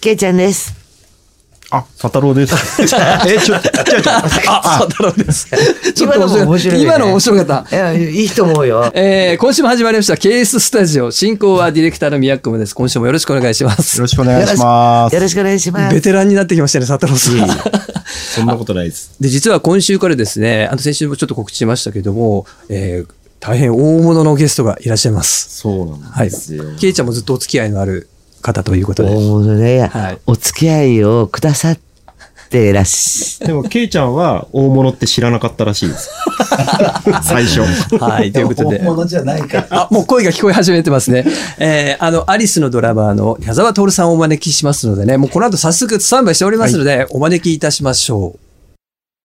けいちゃんです。あ、佐太郎です。え、ちょ、ちょ、ちょ、あ、佐太郎です。ちょっと今のも面面白白いい。ね今の面白かった。いや、いいと思うよ。えー、今週も始まりました、ケーススタジオ。進行はディレクターの宮久保です。今週もよろしくお願いしまよすろ。しくお願いしまよす。ろしくお願いしまベす。テランになってきましたね、佐太郎さん。そんなことないです。で、実は今週からですね、あの、先週もちょっと告知しましたけども、えー、大変大物のゲストがいらっしゃいます。そうなんはい。ですよ。ケイちゃんもずっとお付き合いのある方ということ大で。物ね、はいお付き合いをくださってらっしでも、ケイちゃんは大物って知らなかったらしい です。最初。はい、ということで。物じゃないから。あ、もう声が聞こえ始めてますね。えー、あの、アリスのドラマーの矢沢徹さんをお招きしますのでね、もうこの後早速スタンバイしておりますので、お招きいたしましょう。